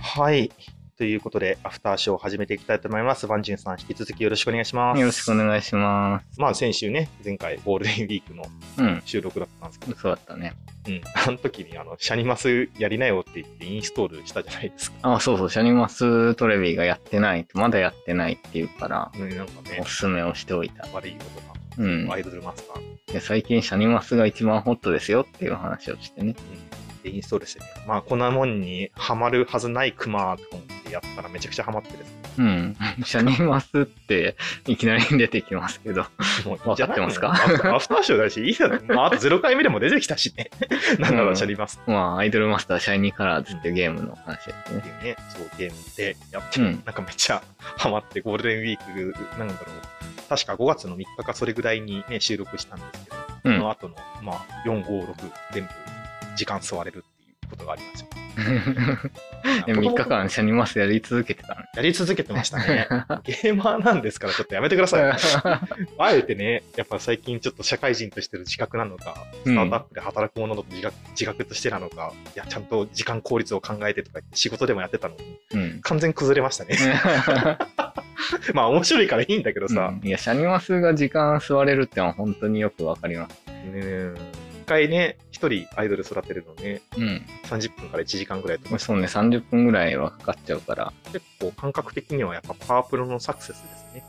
はい。ということで、アフターショーを始めていきたいと思います。バンジンさん、引き続きよろしくお願いします。よろしくお願いしままあ、先週ね、前回、ゴールデンウィークのす。うん。収録だったんですけど、嘘だったね。うん。あの時に、あの、シャニマスやりなよって言ってインストールしたじゃないですか。あ、そうそう、シャニマストレビがやってない、まだやってないっていうから、ね、なんかねお、すすめをしておいた。悪いことが、うん。アイドルマスター、うんで最近シャニマスが一番ホットですよっていう話をしてね。でインストールしてね、まあ、こんなもんにハマるはずないクマと思ってやったらめちゃくちゃハマってですね。 うん。シャニマスっていきなり出てきますけど。もういいわんじゃかっなていますかアフターアフターショーだし、いいじゃない。まあ、あと0回目でも出てきたしね。なんならシャニマスまあ、アイドルマスターシャイニーカラーズっていうゲームの話ですっねて。いうね、そうゲームでやって、うんなんかめっちゃハマって、ゴールデンウィーク、なんだろう、確か5月の3日かそれぐらいに、ね、収録したんですけど、うそんの。後の、まあ、4、5、6、全部時間吸われるっていうことがありますよ。 で3日間シャニマスやり続けてたのやり続けてました ね。ゲーマーなんですから、ちょっとやめてください。あえてね、やっぱ最近ちょっと社会人としての自覚なのか、うスんタートアップで働くものの自覚自覚としてなのか、いや、ちゃんと時間効率を考えてとか言って仕事でもやってたのに、 うん。完全崩れましたね。 まあ面白いからいいんだけどさ、うんいや、シャニマスが時間吸われるってのは本当によくわかります。ねえ一回ね、一人アイドル育てるのね、うん。 30分から1時間ぐらいとか、そうね、30分ぐらいはかかっちゃうから。結構感覚的にはやっぱパワープロのサクセスですね。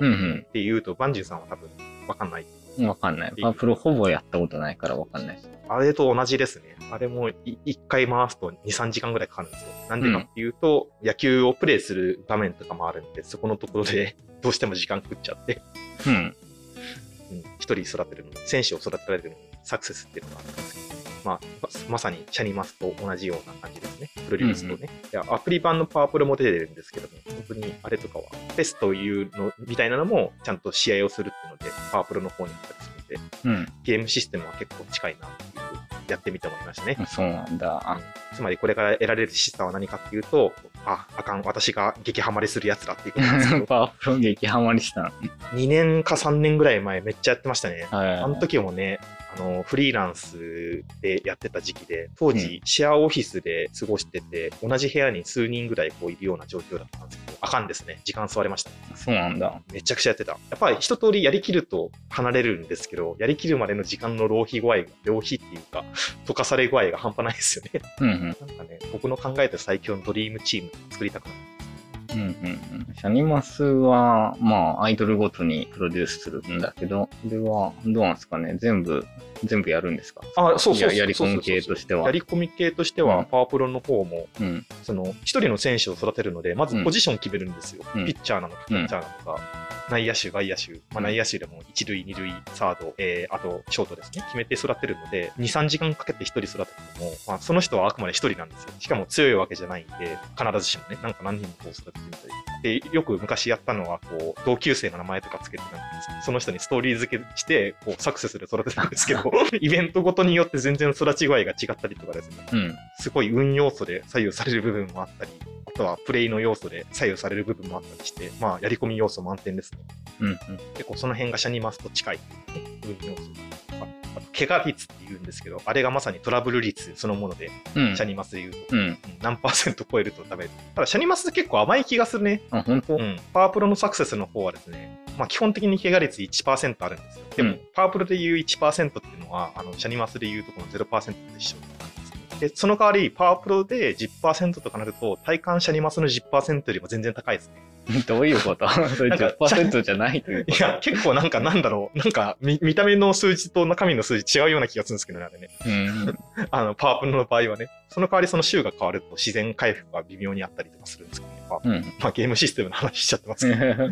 うんっていうと、バンジーさんは多分わかんない。うん。わかんない。パープロほぼやったことないからわかんない。あれと同じですね。あれもい一回回すと2、3時間ぐらいかかるんですよ。なんでかっていうと、野球をプレイする場面とかもあるんで、そこのところで どうしても時間食っちゃって、うん。うん一人育てるのに、選手を育てられるのにサクセスっていうのがあったんですけど、まあ、ままさにシャニマスと同じような感じですね。プロデュースとね。いやアプリ版のパワープロも出てるんですけども、本当にあれとかは、フェスというのみたいなのも、ちゃんと試合をするっていうので、パワープロの方にあったりするので、うん。ゲームシステムは結構近いなっていう、やってみて思いましたね。そうな んだ。つまりこれから得られる資産は何かっていうと、あ、あかん、私が激ハマりするやつだっていうことなんですけど、 パワープロ激ハマりしたの。 2年か3年ぐらい前めっちゃやってましたね。はいあの時もね、あの、フリーランスでやってた時期で、当時、シェアオフィスで過ごしてて、同じ部屋に数人ぐらいこういるような状況だったんですけど、あかんですね。時間吸われました。そうなんだ。めちゃくちゃやってた。やっぱり一通りやりきると離れるんですけど、やりきるまでの時間の浪費具合が、浪費っていうか、溶かされ具合が半端ないですよね。 うんうん。なんかね、僕の考えた最強のドリームチーム作りたくなる。うんうんうん。シャニマスは、まあ、アイドルごとにプロデュースするんだけど、これは、どうなんですかね全部、全部やるんですかあ、そうそうそうややり込み系としてやは。り込み系としては、うんパワープロの方も、うん。その、一人の選手を育てるので、まずポジション決めるんですよ。うんピッチャーなのか、キャッチャーなのか、内野手、外野手、まあ、内野手でも一塁、二塁、サード、えー、あと、ショートですね。決めて育てるので、2、3時間かけて一人育てても、まあ、その人はあくまで一人なんですよ。しかも強いわけじゃないんで、必ずしもね、なんか何人もこう育ててみたり。で、よく昔やったのは、こう、同級生の名前とかつけてなんか、その人にストーリー付けして、こう、サクセスで育てたんですけ ど、イベントごとによって全然育ち具合が違ったりとかですね、うん。すごい運要素で左右される部分もあったり、あとはプレイの要素で左右される部分もあったりして、まあ、やり込み要素満点ですね。うんうん。結構その辺がシャニマスと近い、ね、運要素とか。あと怪我率って言うんですけど、あれがまさにトラブル率そのもので、うんシャ。ニマスで言うと、うん。うん何パーセント超えるとダメ。ただ、シャニマス結構甘い気がするね。あ、本当うん、パワープロのサクセスの方はですね、まあ、基本的に怪我率1%あるんですよ。でも、うんパワープロでいう1%っていうのは、あのシャニマスでいうとこの0%と一緒なんですね。で、その代わり、パワープロで10%とかなると、体感シャニマスの10%よりも全然高いですね。 どういうことそれなんか10%じゃないというこいや、結構なんかなんだろう、なんか見見た目の数字と中身の数字違うような気がするんですけどね、あれね。と。うん。あの、パワープロの場合はね。その代わりその週が変わると自然回復が微妙にあったりとかするんですけどね。まあうん。まあ、ゲームシステムの話しちゃってますけど。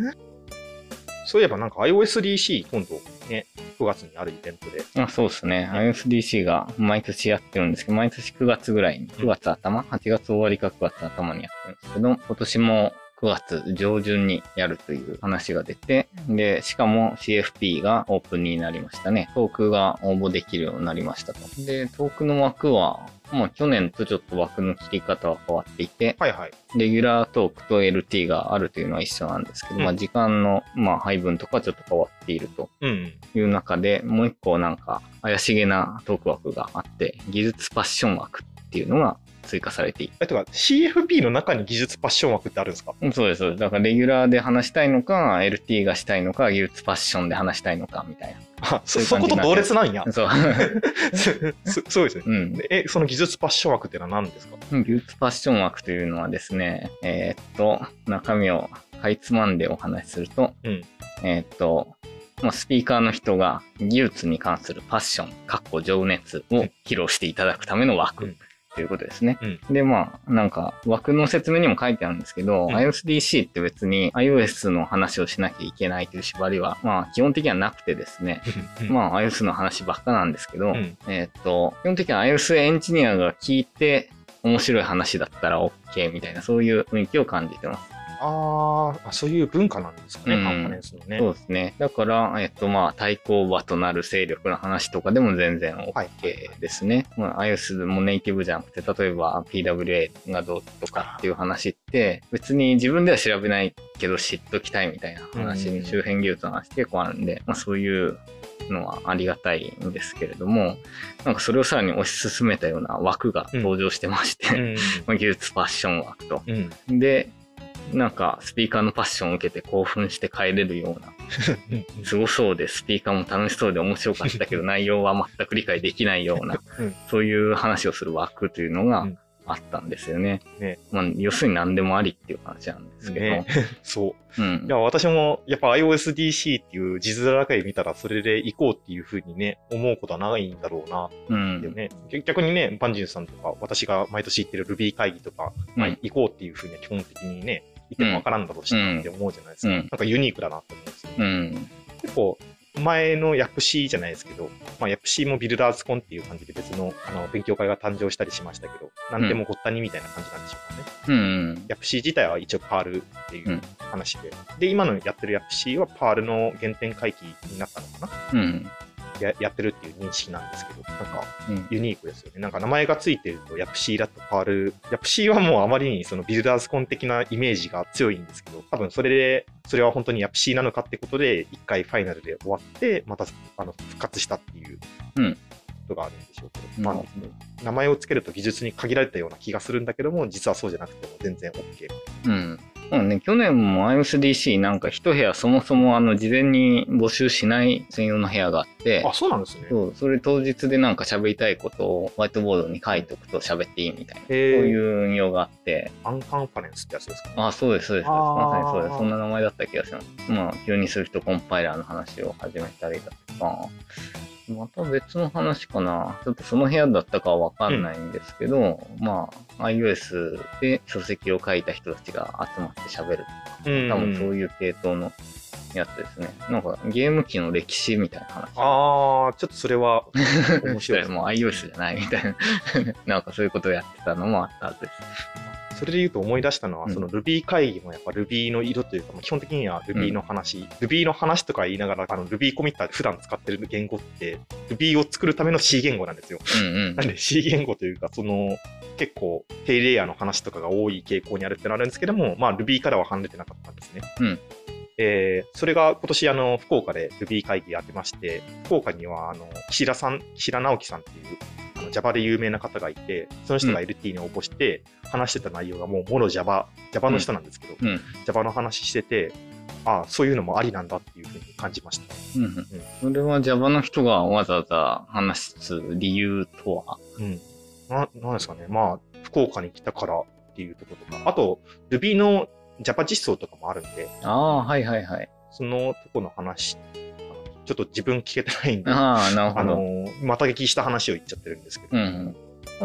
そういえばなんか iOS3C 今度ね、9月にあるイベントで、あそうですね。ISDC が毎年やってるんですけど、毎年9月ぐらいに、9月頭、8月終わりか9月頭にやってるんですけど、今年も9月上旬にやるという話が出て、で、しかも CFP がオープンになりましたね。トークが応募できるようになりましたと。で、トークの枠は、もう去年とちょっと枠の切り方は変わっていて、はいはい。レギュラートークと LT があるというのは一緒なんですけど、うんまあ時間の、まあ、配分とかちょっと変わっているとうんうん。いう中で、もう一個なんか怪しげなトーク枠があって、技術パッション枠っていうのが追加されている。え、てか CFP の中に技術パッション枠ってあるんですかうんそうです、そうです。だからレギュラーで話したいのか、LT がしたいのか、技術パッションで話したいのか、みたいあ、そ、そういうそ感ことじになって同列なんや。な。そう。 す、 そうですね。うん。でえ、その技術パッション枠ってのは何ですか技術パッション枠というのはですね、えーっと、中身をかいつまんでお話しすると、うんえーっと、まあ、スピーカーの人が技術に関するパッション、かっこ情熱を披露していただくための枠、うんということですね。うんで、まあ、なんか枠の説明にも書いてあるんですけど、うん IOSDC って別に iOS の話をしなきゃいけないという縛りは、まあ、基本的にはなくてですね、 まあ、iOS の話ばっかなんですけうど、んえーっと、基本的には iOS エンジニアが聞いて面白い話だったら OK みたいな、そういう雰囲気を感じてます。あーあ、そういう文化なんですかね、うんカンファレンスのね。そうですね。だから、えーっと、まあ、対抗馬となる勢力の話とかでも全然はい OK ですね。まあ、iOS もネイティブじゃなくて、例えば PWA がどうとかっていう話って、別に自分では調べないけど知っときたいみたいな話うんに周辺技術の話結構あるんで、まあ、そういうのはありがたいんですけれども、なんかそれをさらに推し進めたような枠が登場してまして、うん。 まあ技術パッション枠と。うん。で、なんかスピーカーのパッションを受けて興奮して帰れるような、すごそうでスピーカーも楽しそうで面白 かったけど内容は全く理解できないような、うんそういう話をする枠というのがうんあったんですよね。ねまあ、要するに何でもありっていう話なんですけど、ねそう。うんいや、私も、やっぱ iOSDC っていう字面会見たら、それで行こうっていうふうにね、思うことはないんだろうな、うっていうんね。逆にね、バンジンさんとか、私が毎年行ってる Ruby 会議とか、まあうん行こうっていうふうには基本的にね、行ってもわからんだろうしうんなって思うじゃないですか。うんなんかユニークだなって思うんですよね。うん結構、前のヤプシーじゃないですけど、まあ、ヤプシーもビルダーズコンっていう感じで別のあの勉強会が誕生したりしましたけど、なんでもごったにみたいな感じなんでしょうかね。うんヤプシー自体は一応パールっていううん話で、で、今のやってるヤプシーはパールの原点回帰になったのかなうんややってるっていう認識なんですけど、なんかうんユニークですよね。なんか名前がついてると、ヤプシーだとパール、ヤプシーはもうあまりにそのビルダーズコン的なイメージが強いんですけど、多分それで、それは本当にヤプシーなのかってことで、一回ファイナルで終わって、またあの復活したっていううこんとがあるんでしょうけど、うんまあ名前をつけると技術に限られたような気がするんだけども、実はそうじゃなくても全然 OK。うん。まあね、去年も IMSDC なんか一部屋そもそもあの事前に募集しない専用の部屋があって、あ、そうなんですね。そうそれ当日でなんか喋りたいことをホワイトボードに書いておくと喋っていいみたいな、えそうーいう運用があって、アンカンファレンスってやつですかね。あ、そうです、そうです。あーまさにそうです。そんな名前だった気がします。まあ、急にするとコンパイラーの話を始めたりだとか、また別の話かな。ちょっとその部屋だったかはわかんないんですけど、まあ、iOS で書籍を書いた人たちが集まって喋るうん多分そういう系統のやつですね。なんかゲーム機の歴史みたいな話。ああ、ちょっとそれは面白いです それもう iOS じゃないみた いな。なんかそういうことをやってたのもあったはずです。それで言うと思い出したのは、うんその Ruby 会議もやっぱ Ruby の色というか、まあ基本的には Ruby の話、Ruby の話とか言いながら、あの Ruby コミッターで普段使ってる言語って、Ruby を作るための C 言語なんですよ。うんうんなんで C 言語というか、その結構低レイヤーの話とかが多い傾向にあるってなるんですけども、まあ Ruby からは離れてなかったんですね。うんえーそれが今年あの福岡で Ruby 会議やってまして、福岡にはあの岸田さん、岸田直樹さんっていうあの Java で有名な方がいて、その人が LT に応募して話してた内容がもうもろ Java、Java の人なんですけど、うん Java の話してて、ああ、そういうのもありなんだっていうふうに感じました。うんうんそれは Java の人がわざわざ話す理由とはうん。な、なんですかね。まあ、福岡に来たからっていうところとか、あと、Ruby の Java 実装とかもあるんで、ああ、はいはいはい。そのとこの話、ちょっと自分聞けてないんで、あああ、なるほのど。ー、また聞きした話を言っちゃってるんですけうど、んうん。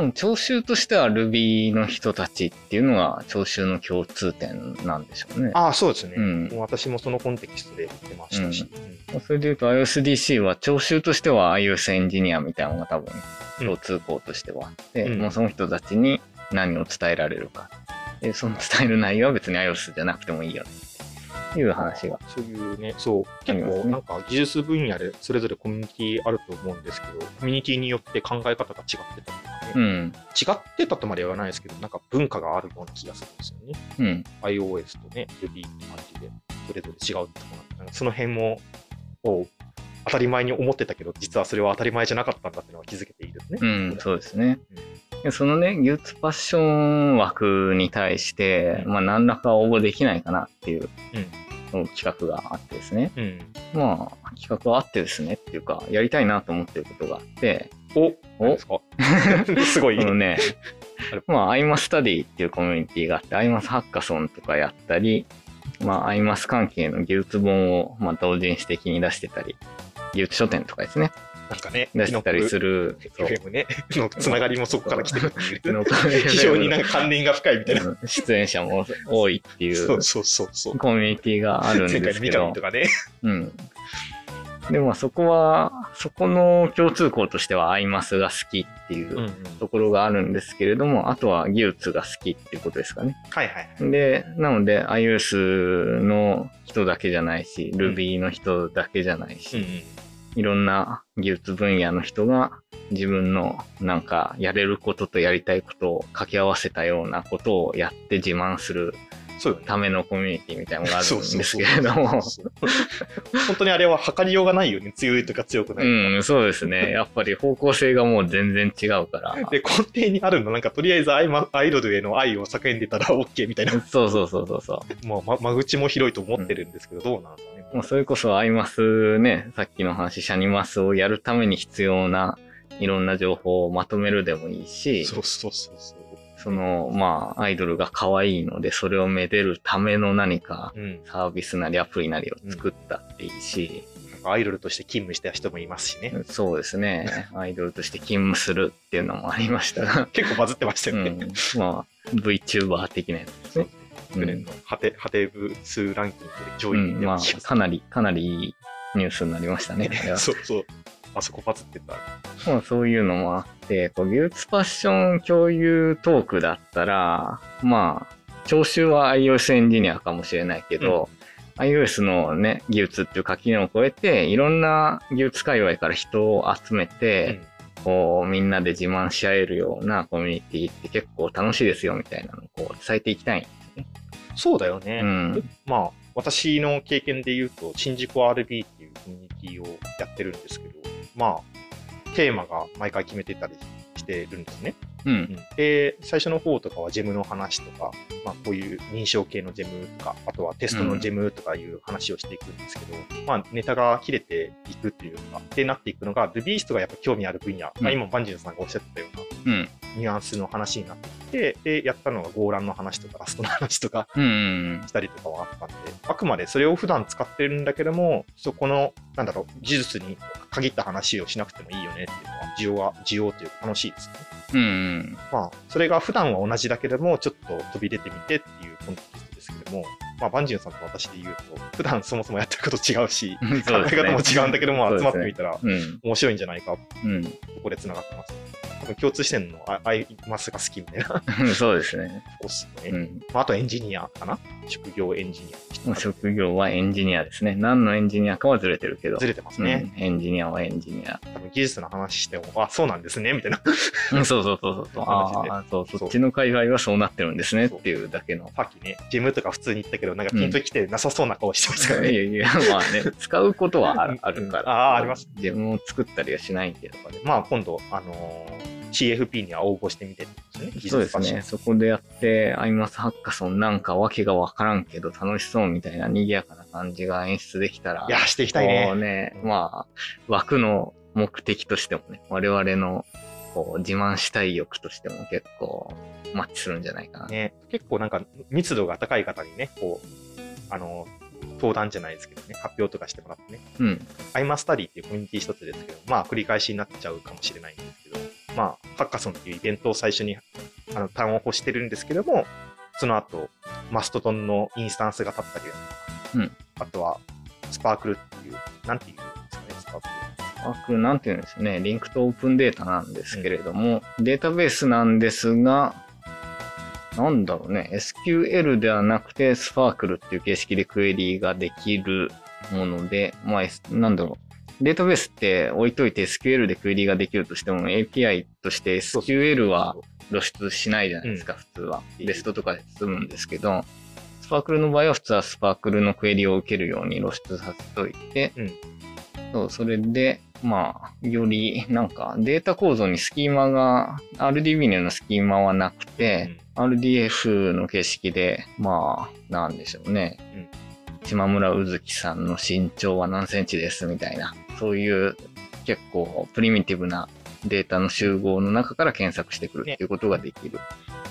うん聴衆としては Ruby の人たちっていうのが聴衆の共通点なんでしょうね。ああ、そうですね。うんもう私もそのコンテキストで言ってましたし、うんそれで言うと iOSDC は聴衆としては iOS エンジニアみたいなのが多分うん共通項としてはあって、うんもうその人たちに何を伝えられるか。で、その伝える内容は別に iOS じゃなくてもいいよね。っていう話が。。そういうね、そう。あ結りますね構、なんか技術分野でそれぞれコミュニティあると思うんですけど、コミュニティによって考え方が違ってたりとかね、うん。違ってたとまでは言わないですけど、なんか文化があるような気がするんですよね。うん。 iOS とね、Ruby って感じで、それぞれ違うってとこなんでなんかその辺も、こう、当たり前に思ってたけど、実はそれは当たり前じゃなかったんだっていうのは気づけていいですね。うん。そうですね。でそのね、ユースファッション枠に対して、まあ、何らか応募できないかなっていう企画があってですね。うん。うん。まあ、企画はあってですねっていうか、やりたいなと思ってることがあって、お、お何ですか すごい。このねあれ、まあ、アイマスタディっていうコミュニティがあって、アイマスハッカソンとかやったり、まあ、アイマス関係の技術本を、まあ、同人誌的に出してたり、技術書店とかですね、なんかね、出してたりする。る。そう FM ね、のつながりもそこから来てるっていう の非常になんか関連が深いみたいな。うん出演者も多いっていそううそうそうそう。コミュニティがあるん前回ですの三けど上と、かね。うん。でもそこは、そこの共通項としてはアイマスが好きっていううんうんところがあるんですけれども、あとは技術が好きっていうことですかね。はいはいはい。で、なので iOS の人だけじゃないし、Ruby の人だけじゃないし、うんうんいろんな技術分野の人が自分のなんかやれることとやりたいことを掛け合わせたようなことをやって自慢するそうよね。ためのコミュニティみたいなのがあるそんうそうそうですけれども。そうそう本当にあれは測りようがないよね。強いとか強くないとか。うん、そうです ね。やっぱり方向性がもう全然違うから。で、根底にあるの、なんか、とりあえずアイマアイドルへの愛を叫んでたら OK みたいな、そうそうそうそうそ まあ、ま間口も広いと思ってるんですけど、どうなんですかね。う。もうそれこそアイマスね、さっきの話、シャニマスをやるために必要ないろんな情報をまとめるでもいいし、そうそうそうそう。その、まあ、アイドルが可愛いので、それをめでるための何かうん、サービスなりアプリなりを作ったっていいし、なんかアイドルとして勤務した人もいますしね。そうですね、アイドルとして勤務するっていうのもありまし たが、結構バズってましたうよね。ん、まあ、VTuber 的なやつですね。去年の果て果て部数ランキングで上う位にん、出ままあ、した。。かなり、かなりいいニュースになりましたね、あれ はそうそう。あそこバズってた。まあ、そういうのもあって、こう、技術ファッション共有トークだったら、まあ、聴衆は iOS エンジニアかもしれないけど、iOS のね、技術っていう垣根を越えて、いろんな技術界隈から人を集めうて、んこう、みんなで自慢し合えるようなコミュニティって結構楽しいですよ、みたいなのをこう伝えていきたい。そうだよね。うんまあ、私の経験で言うと、新宿 RB っていうコミュニティをやってるんですけど、まあ、テーマが毎回決めてたりしてるんですね。うん。で、最初の方とかはジェムの話とか、まあ、こういう認証系のジェムとか、あとはテストのジェムとかいう話をしていくんですけど、まあ、ネタが切れていくっていうか、でなっていくのが、Rubyist がやっぱ興味ある分野、うんまあ今、バンジーさんがおっしゃってたようなうん。ニュアンスの話になってきて、で、やったのがゴーランの話とか、ラストの話とか、うんうん。したりとかはあったんで、あくまでそれを普段使ってるんだけども、そこの、なんだろう、技術に限った話をしなくてもいいよねっていうのは、需要は、需要というか楽しいですね。うんうん。まあ、それが普段は同じだけども、ちょっと飛び出てみてっていうコンテキストですけども、まあ、バンジュンさんと私で言うと、普段そもそもやってること違うし、考そうでえすね方も違うんだけども、そうで集すまねってみたらうん。面白いんじゃないか、こうん。 こで繋がってます。多分共通視点のアアイマスが好きみたいな、こそうですね。こっすね。うん。まあ、あとエンジニアかな職業エンジニアの人もう職業はエンジニアですね。何のエンジニアかはずれてるけど。ずれてますね。うんエンジニアはエンジニア。多分技術の話しても、あ、そうなんですね、みたいな。うんそうそうそうそうそう。話でああ、そう、そうそっちの海外はそうなってるんですねっていうだけの。さっきね、ジムとか普通に言ったけど、なんかピンときてなさそうな顔してまいすからやね。いや、まあね、使うことはあうんるあるかあら。ーあります。自分を作ったりはしないけど。まあ、今度、あのー CFP には応募してみてるんですよね、技そうで術す発信ね。。そこでやって、アイマスハッカソンなんかわけがわからんけど楽しそうみたいな賑やかな感じが演出できたら。いや、していきたいこうね。ね、まあ、枠の目的としてもね、我々のこう自慢したい欲としても結構マッチするんじゃないかな。ね結構なんか密度が高い方にね、こう、あのー登壇じゃないですけどね、発表とかしてもらってね、うん。アイマスタディっていうコミュニティ一つですけど、まあ繰り返しになっちゃうかもしれないんですけど、まあ、ハッカソンっていうイベントを最初にあの単を欲してるんですけども、その後、マストトンのインスタンスが立ったりだとか、うんあとは、スパークルっていう、なんていうんですかね、スパーク枠、なんていうんですかね、リンクとオープンデータなんですけれども、データベースなんですが、なんだろうね、SQL ではなくて Sparkle っていう形式でクエリーができるもので、まあ、S- なんだろう、データベースって置いといて SQL でクエリーができるとしても API としてル。 SQL はそう露出しないじゃないですか、普通は。うんベストとかで済むんですけど、スパークルの場合は普通はスパークルのクエリを受けるように露出させといて、うんそう、それで、まあ、より、なんか、データ構造にスキーマが、RDB のようなスキーマはなくて、RDF の形式で、まあ、なんでしょうね。島村うずきさんの身長は何センチですみたいな、そういう結構プリミティブなデータの集合の中から検索してくるっていうことができる。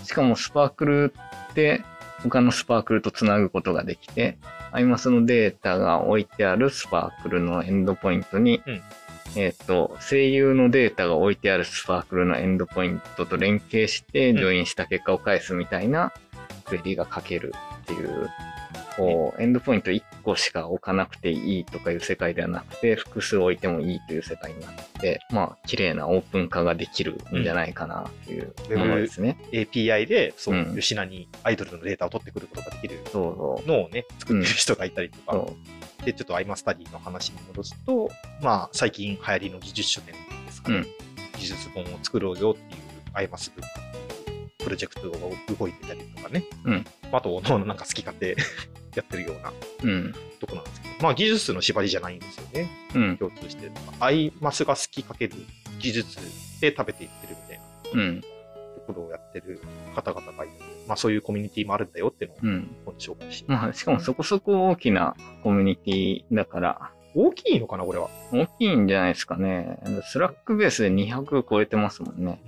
しかもスパークルって他のスパークルとつなぐことができて、アイマスのデータが置いてあるスパークルのエンドポイントに、うんえっ、と、声優のデータが置いてあるスパークルのエンドポイントと連携して、んジョインした結果を返すみたいなクエリが書けるっていうこう、エンドポイント1個しか置かなくていいとかいう世界ではなくて、複数置いてもいいという世界になって、まあ、綺麗なオープン化ができるんじゃないかなっていううんものですね。 API で、そううんいう品にアイドルのデータを取ってくることができるそうそう。のをね、作ってうんる人がいたりとか、そうで、ちょっとアイマスタディの話に戻すと、まあ、最近流行りの技術書店ですかね、うん技術本を作ろうよっていうアイマス部プロジェクトが動いてたりとかね、うんあと、おのおのなんか好き勝手 やってるようなうん。とこなんですけど、まあ、技術の縛りじゃないんですよね、うん。共通してるのが。アイマスが好きかける技術で食べていってるみたいなうん。ところをやってる方々がいるので、まあ、そういうコミュニティもあるんだよっていうのをうん。今度紹介して、まあ、しかもそこそこ大きなコミュニティだから、大きいのかな、これは。大きいんじゃないですかね。スラックベースで200超えてますもんね。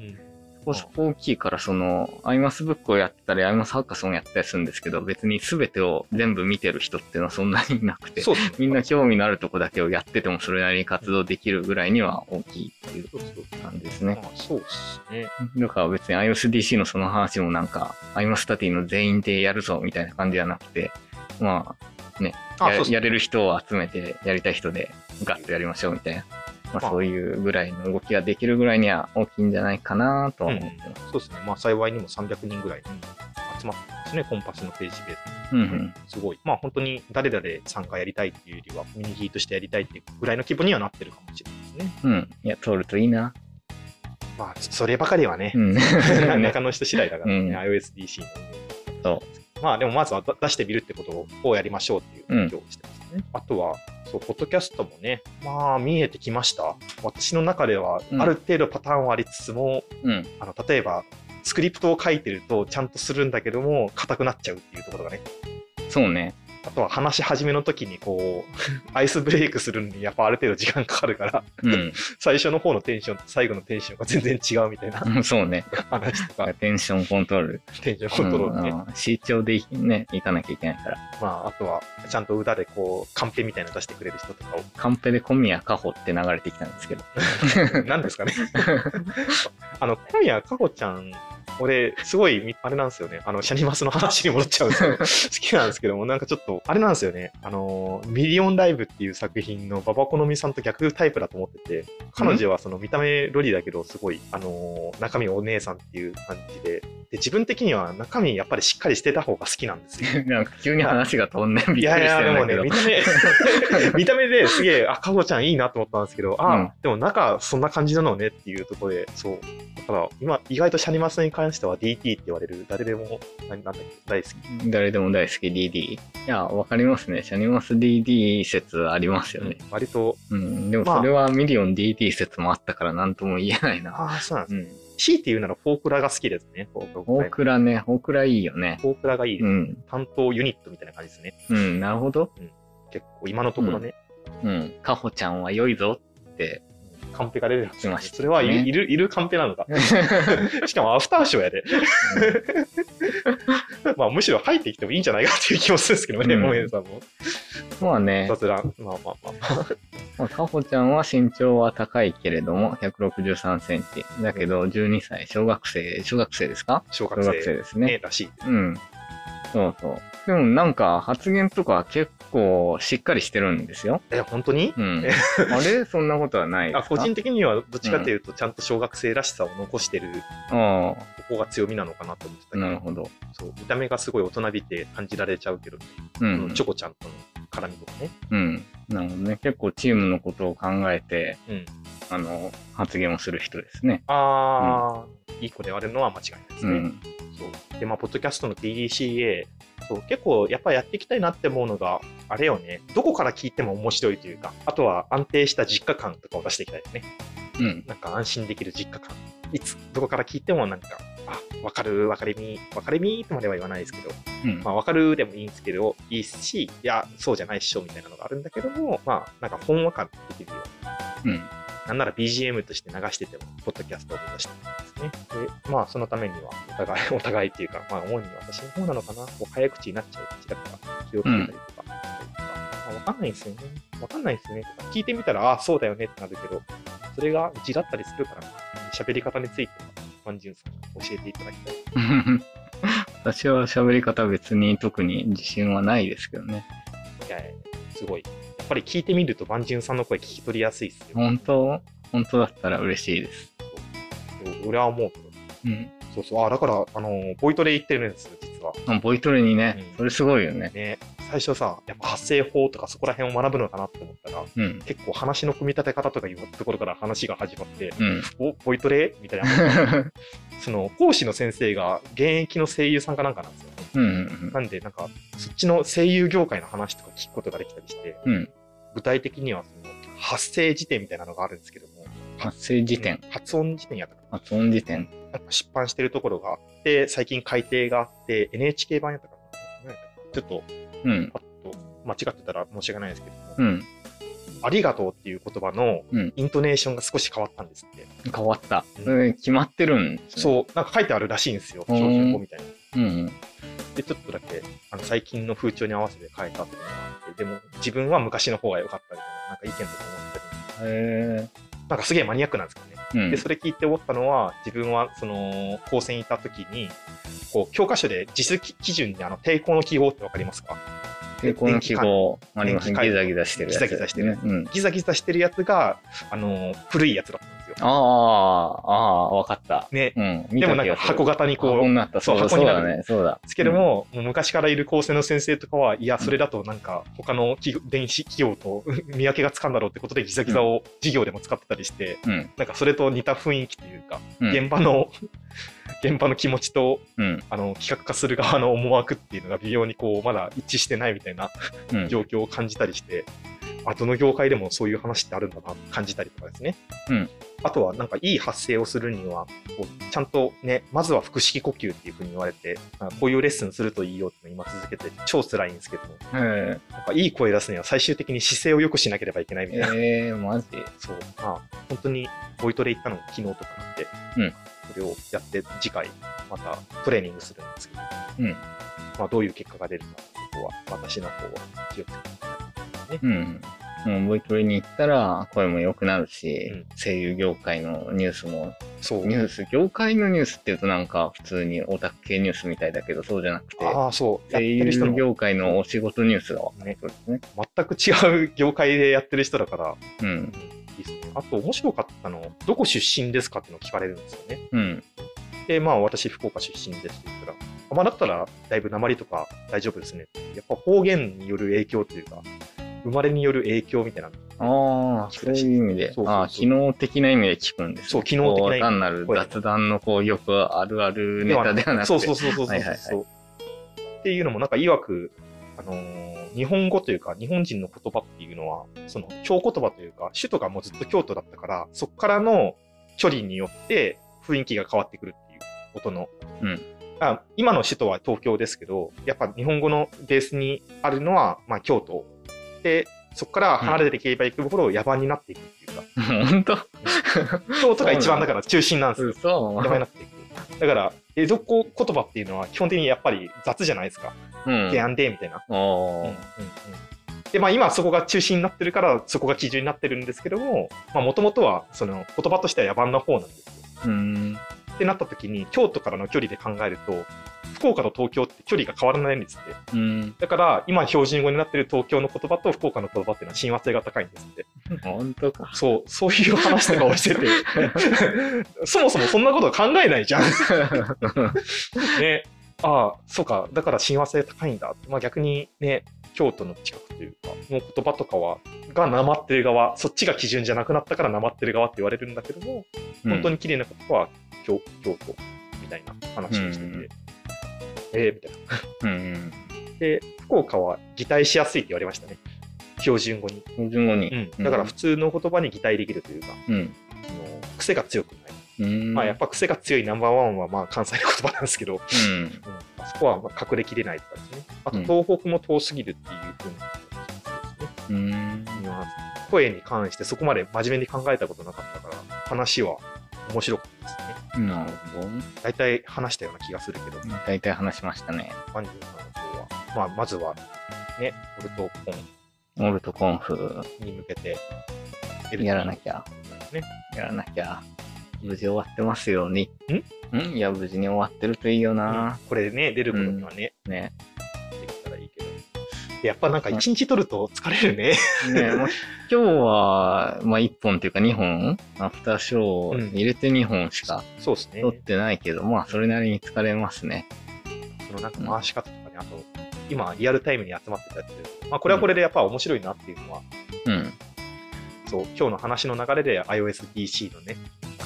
そこそこ大きいから、その、アイマスブックをやったり、アイマスハッカソンやったりするんですけど、別に全てを全部見てる人っていうのはそんなにいなくて、そうですねみんな興味のあるとこだけをやっててもそれなりに活動できるぐらいには大きいっていうそうそう感じですね。まあ、そうですね。だから別に IOSDC のその話もなんか、アイマスタティの全員でやるぞみたいな感じじゃなくて、まあ、あ、そやうですやね。れる人を集めて、やりたい人でガッとやりましょうみたいな、ままああそういうぐらいの動きができるぐらいには大きいんじゃないかなとはう思んってます。そうですね。まあ、幸いにも300人ぐらい集まってますね、コンパスのページで。うんうん。すごい。まあ、本当に誰々さんがやりたいっていうよりは、コミュニティとしてやりたいっていうぐらいの規模にはなってるかもしれないですね。うん。いや、通るといいな。まあ、そそればかりはねう、 ん。中の人次第だからね、うん IOSDC の運用そまあ、でもまずはだ出してみるってことをやりましょうっていう勉強をしてますね。あとは、そう、ポッドキャストもね、まあ、見えてきました。私の中では、うんある程度パターンはありつつも、うん。あの例えばスクリプトを書いてるとちゃんとするんだけども硬くなっちゃうっていうところがねそうね。あとは話し始めの時にこう アイスブレイクするのにやっぱある程度時間かかるからうん。 最初の方のテンションと最後のテンションが全然違うみたいなうんそうね。話とかテンションコントロール。テンションコントロールね、うん。慎重でいね、いかなきゃいけないから。まああとはちゃんと歌でこうカンペみたいなの出してくれる人とかをカンペで小宮カホって流れてきたんですけど。何ですかねあの今夜かほちゃん俺、すごいみ、あれなんですよね。あの、シャニマスの話に戻っちゃうんですけど、好きなんですけども、なんかちょっと、あれなんですよね。あのー、ミリオンライブっていう作品のババコノミさんと逆タイプだと思ってて、彼女はその見た目ロリだけど、すごい、あのー、中身お姉さんっていう感じで、で、自分的には中身やっぱりしっかりしてた方が好きなんですよ。 なんか急に話が飛んでびっくりいしてやいや、でるもんだけね、ど見。た目、 見た目ですげえ、あ、かほちゃんいいなと思ったんですけど、あ、うんでも中、そんな感じなのねっていうところで、そう。だから、今、意外とシャニマスに関しては DT って言われる、誰でも、ななんだっけ、大好き。誰でも大好き DD。いや、わかりますね。シャニマス DD 説ありますよね。割と、うん。でもまあそれはミリオン DD 説もあったから何とも言えないな。ああ、そうなんです。うん。強いて言うなら、フォークラが好きですね。フォーク大ラ。倉ね、大倉いいよね。フォークラがいいです、うん。担当ユニットみたいな感じですね。うん、なるほど。結構、今のところね、うん。カホちゃんは良いぞ って。カンペが出てま来ましたねそれはいる、いる、いるカンペなのか。 しかも、アフターショーやで。まあ、むしろ入ってきてもいいんじゃないかっていう気もするんですけどね、うんモメンさんも。まあね、雑談。まあまあまあ。まあ、カホちゃんは身長は高いけれども、163センチ。だけど、12歳、小学生、小学生ですか小小学学生生ですねね。らしい。うん。そうそう。でもなんか発言とか結構しっかりしてるんですよ。え、本当にうんえ。あれそんなことはないであすか個人的にはどっちかというと、ちゃんと小学生らしさを残してる、あここが強みなのかなと思ってたあ、けど、なるほど。そう見た目がすごい大人びて感じられちゃうけど、うこのんチ。ョコちゃんとの絡みとかね。うん。なるほどね。結構チームのことを考えて、うん。あの、発言をする人ですね。あー、いい子であるのは間違いないですうね。ん。そうで、まあ、ポッドキャストの PDCA、と結構やっぱやっていきたいなって思うのが、あれよね、どこから聞いても面白いというか、あとは安定した実家感とかを出していきたいですね。うん。なんか安心できる実家感。いつ、どこから聞いてもなんか、あ、わかる、わかりみ、わかりみとまでは言わないですけど、うん。まあ、わかるでもいいんですけど、いいし、いや、そうじゃないっしょ、みたいなのがあるんだけども、まあ、なんか、ほんわかできるよううん。 な。なんなら BGM として流してても、ポッドキャストを目指してるんですね。で、まあ、そのためには、お互い、お 互いっていうか、まあ、主に私の方なのかな、こう早口になっちゃう口だから、気をつけたりとか、そういうかまあわかんないんですよね。わかんないんですよね。とか聞いてみたら、ああ、そうだよねってなるけど、それがうちだったりするから、喋り方については、万順さんに教えていただきたい。私は喋り方別に特に自信はないですけどね。いやすごい。やっぱり聞いてみると、万順さんの声聞き取りやすいっすよ。本当本当だったら嬉しいです。俺は思うけど。うん。そうそう。あ、だから、あのーボイトレ行ってるんですよ、実は。あボイトレにね、うんそれすごいよね。ね、最初さ、やっぱ発声法とかそこら辺を学ぶのかなと思ったら、うん。結構話の組み立て方とかいうところから話が始まって、うん。お、ボイトレみたいな。 その、講師の先生が現役の声優さんかなんかなんですよ。うんうんなんで、なんか、そっちの声優業界の話とか聞くことができたりして、うん。うん。具体的にはその、発声辞典みたいなのがあるんですけども、発声時点うん、発音辞典やったかな発音時点。なんか出版してるところがあって、最近改訂があって、NHK 版やったかな何やったかなちょっうん。と、あと、間違ってたら申し訳ないですけども、うん。ありがとうっていう言葉のうんイントネーションが少し変わったんですって。変わった。うんそれ決まってるんです、ね。そう、なんか書いてあるらしいんですよ、うん標準語みたいな。う。うん。で、ちょっとだけ、あの、最近の風潮に合わせて変えたっていうのがあって、でも、自分は昔の方が良かったみたいな、なんか意見とか思ってたり、へなんかすげえマニアックなんですけどね。え。うんで、。それ聞いて思ったのは、自分は、その、高専いた時に、こう、教科書で実績基準で、あの、抵抗の記号ってわかりますか抵抗の記号あります電気ね。回ギ路ザギザしてるやつ、ギザギザしてるやつうん。ギザギザしてるやつが、あの、古いやつだったんですよ。ああ、ああ、わかった。ね。うん。見でたも気なんかがする箱型にこ箱にう、なった。そうそうだ、箱そにうなるだね。そうだ。ですけども、もう昔からいる高専の先生とかは、いや、それだとなんか、他の企業電子企業と見分けがつかんだろうってことで、ギザギザを授業でも使ってたりして、うん。なんかそれと似た雰囲気というか、うん。現場の、 現場の気持ちと、うん。あの、企画化する側の思惑っていうのが微妙にこう、まだ一致してないみたいなうん。状況を感じたりして、あどの業界でもそういう話ってあるんだなって感じたりとかですね。うんあとは、なんかいい発声をするには、こうちゃんとね、まずは腹式呼吸っていうふうに言われて、あこういうレッスンするといいよって今続けて、超辛いんですけども、へなんかいい声出すには最終的に姿勢を良くしなければいけないみたいな。ええー、マジそう、まあ、本当にボイトレ行ったのも昨日とかなんで、うんそれをやって次回またトレーニングするんですけど、うん。まあ、どういう結果が出るか、ここは私の方は気をつけていただきたいですね。うん。もうボイトレに行ったら声も良くなるし、うん声優業界のニュースも、そうニュース、業界のニュースっていうとなんか普通にオタク系ニュースみたいだけど、そうじゃなくて、ああ、そう。やっ声てる人優も業界のお仕事ニュースが分かるねそうですね。全く違う業界でやってる人だから、うん。いいですね。あと、面白かったの、どこ出身ですかっていうのを聞かれるんですよね。うん。で、まあ、私、福岡出身ですって言ったら、あまあ、だったら、だいぶ鉛とか大丈夫ですねって。やっぱ方言による影響というか、生まれによる影響みたいなのああ、そういう意味そでうそう。そうああ、機能的な意味で聞くんですね。そう機能的な意味こう単なる雑談のこう、よくあるあるネタではなくて。そうそうそうそうそうそうはいはいはっていうのも、なんか、いわく、あのー日本語というか、日本人の言葉っていうのは、その、京言葉というか、首都がもうずっと京都だったから、そこからの距離によって雰囲気が変わってくるっていうことの。うんあ今の首都は東京ですけど、やっぱ日本語のベースにあるのは、まあ、京都。で、そこから離れていけばいくほど野蛮になっていくっていうか、本当京都が一番だから中心なんですよ。嘘やばいなっていく。だから、江戸っ子言葉っていうのは基本的にやっぱり雑じゃないですか。うん。提案で、みたいな。おうんうんーうんで、まあ今そこが中心になってるから、そこが基準になってるんですけども、まあもともとはその言葉としては野蛮な方なんですよ。うん。ってなった時に、京都からの距離で考えると、福岡と東京って距離が変わらないんですって。うん。だから、今標準語になってる東京の言葉と福岡の言葉っていうのは親和性が高いんですって。本当か。そう、そういう話とかを してて、そもそもそんなこと考えないじゃん。ね、ああ、そうか、だから親和性高いんだ。まあ逆にね、京都の近くというか、の言葉とかは、がなまってる側、そっちが基準じゃなくなったからなまってる側って言われるんだけども、本当に。に綺麗な言葉は京京都みたいな話をしてて、うんえーみたいな。うん。で、福岡は擬態しやすいって言われましたね。標準語に。標準語うに。ん。だから普通の言葉に擬態できるというか、うん。あの癖が強くない。うん。まあやっぱ癖が強いナンバーワンはまあ関西の言葉なんですけど、うん。うんあそこはまあ隠れきれないとかですね。あとうん東北も遠すぎるっていう風にですね。うん。ニュアンス声に関してそこまで真面目に考えたことなかったから、話は面白かったですね。なるほど。大体話したような気がするけど、大体話しましたね。マンジュさんの方は、まあ、まずは、ね、オルトポオルトコンフ、ンに向けて、やらなゃ。きゃ。ね、やらなきゃ。無事終わってますように。んんいや、無事に終わってるといいよな。これね、出る頃にはね、ね。できたらいいけど。でやっぱなんか一日取ると疲れるね。ねもう 今日は、まあ、1本というか2本、アフターショーを入れて2本しかそうですね撮。ってないけど、まあ、それなりに疲れますね。そのなんか回し方とかね、あと、今リアルタイムに集まってたやつ、まあこれはこれでやっぱ面白いなっていうのは、うん。そう、今日の話の流れで iOSDC のね、あ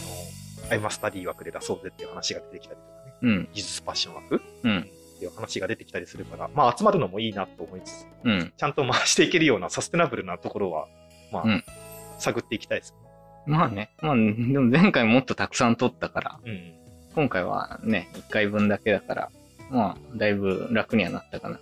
の、アイマスタディ枠で出そうぜっていう話が出てきたりとかね、うん。技術パッション枠っうん。ていう話が出てきたりするから、まあ集まるのもいいなと思いつつ、うん。ちゃんと回していけるようなサステナブルなところは、まあ、うん探っていきたいですまあね。まあ、でも前回もっとたくさん撮ったから、ね。うん。今回はね、1回分だけだから、まあ、だいぶ楽にはなったかな。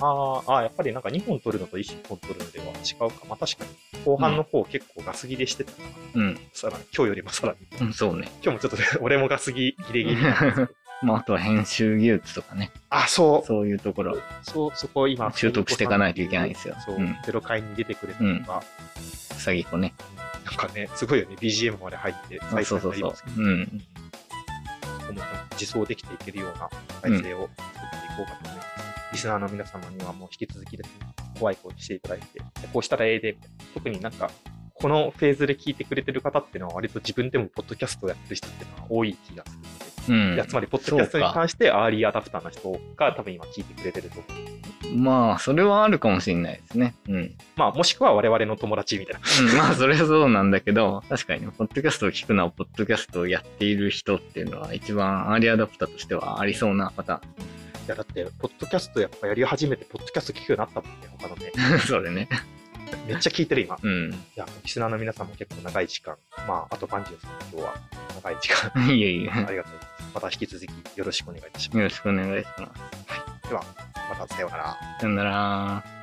あーあー、やっぱりなんか2本取るのと1本取るのでは違うか。まあ確かに、後半の方結構ガス切れしてたな、うん。さらに、今日よりもさらに。うん、そうね。今日もちょっとね、 俺もガスギギリギリなんですけど。 まあ、あとは編集技術とかね、 あ、そう。そういうところ、そう、そこを今、習得していかないといけないんですよそううん、ゼロ回に出てくれたのが、うさぎこね。なんかね、すごいよね、BGM まで入って、あそうそになうそうりますけ。どうん。そこも自走できていけるような体制を作っていこうかとね、リスナーの皆様にはもう引き続きですね、怖い子していただいて、こうしたらええで、みたいな特になんか、このフェーズで聞いてくれてる方っていうのは、割と自分でもポッドキャストをやってる人っていうのは多い気がするので。うん。いやつまり、ポッドキャストに関してアーリーアダプターの人が多分今聞いてくれてると思う。まあ、それはあるかもしれないですね。うん。まあ、もしくは我々の友達みたいな。う んまあ、それはそうなんだけど、確かにね、ポッドキャストを聞くのは、ポッドキャストをやっている人っていうのは、一番アーリーアダプターとしてはありそうなパタいやだって、ポッドキャストやっぱやり始めて、ポッドキャスト聞くようになったも んね、他のね。ーン。 それね。めっちゃ聞いてる今。いうん。や、リスナーの皆さんも結構長い時間、まあ、あとバンジーさんも今日は長い時 間、いえいえ。ありがとうございます。また引き続きよろしくお願いいたしまよろしくお願いします。す。では、またさようなら。さよなら。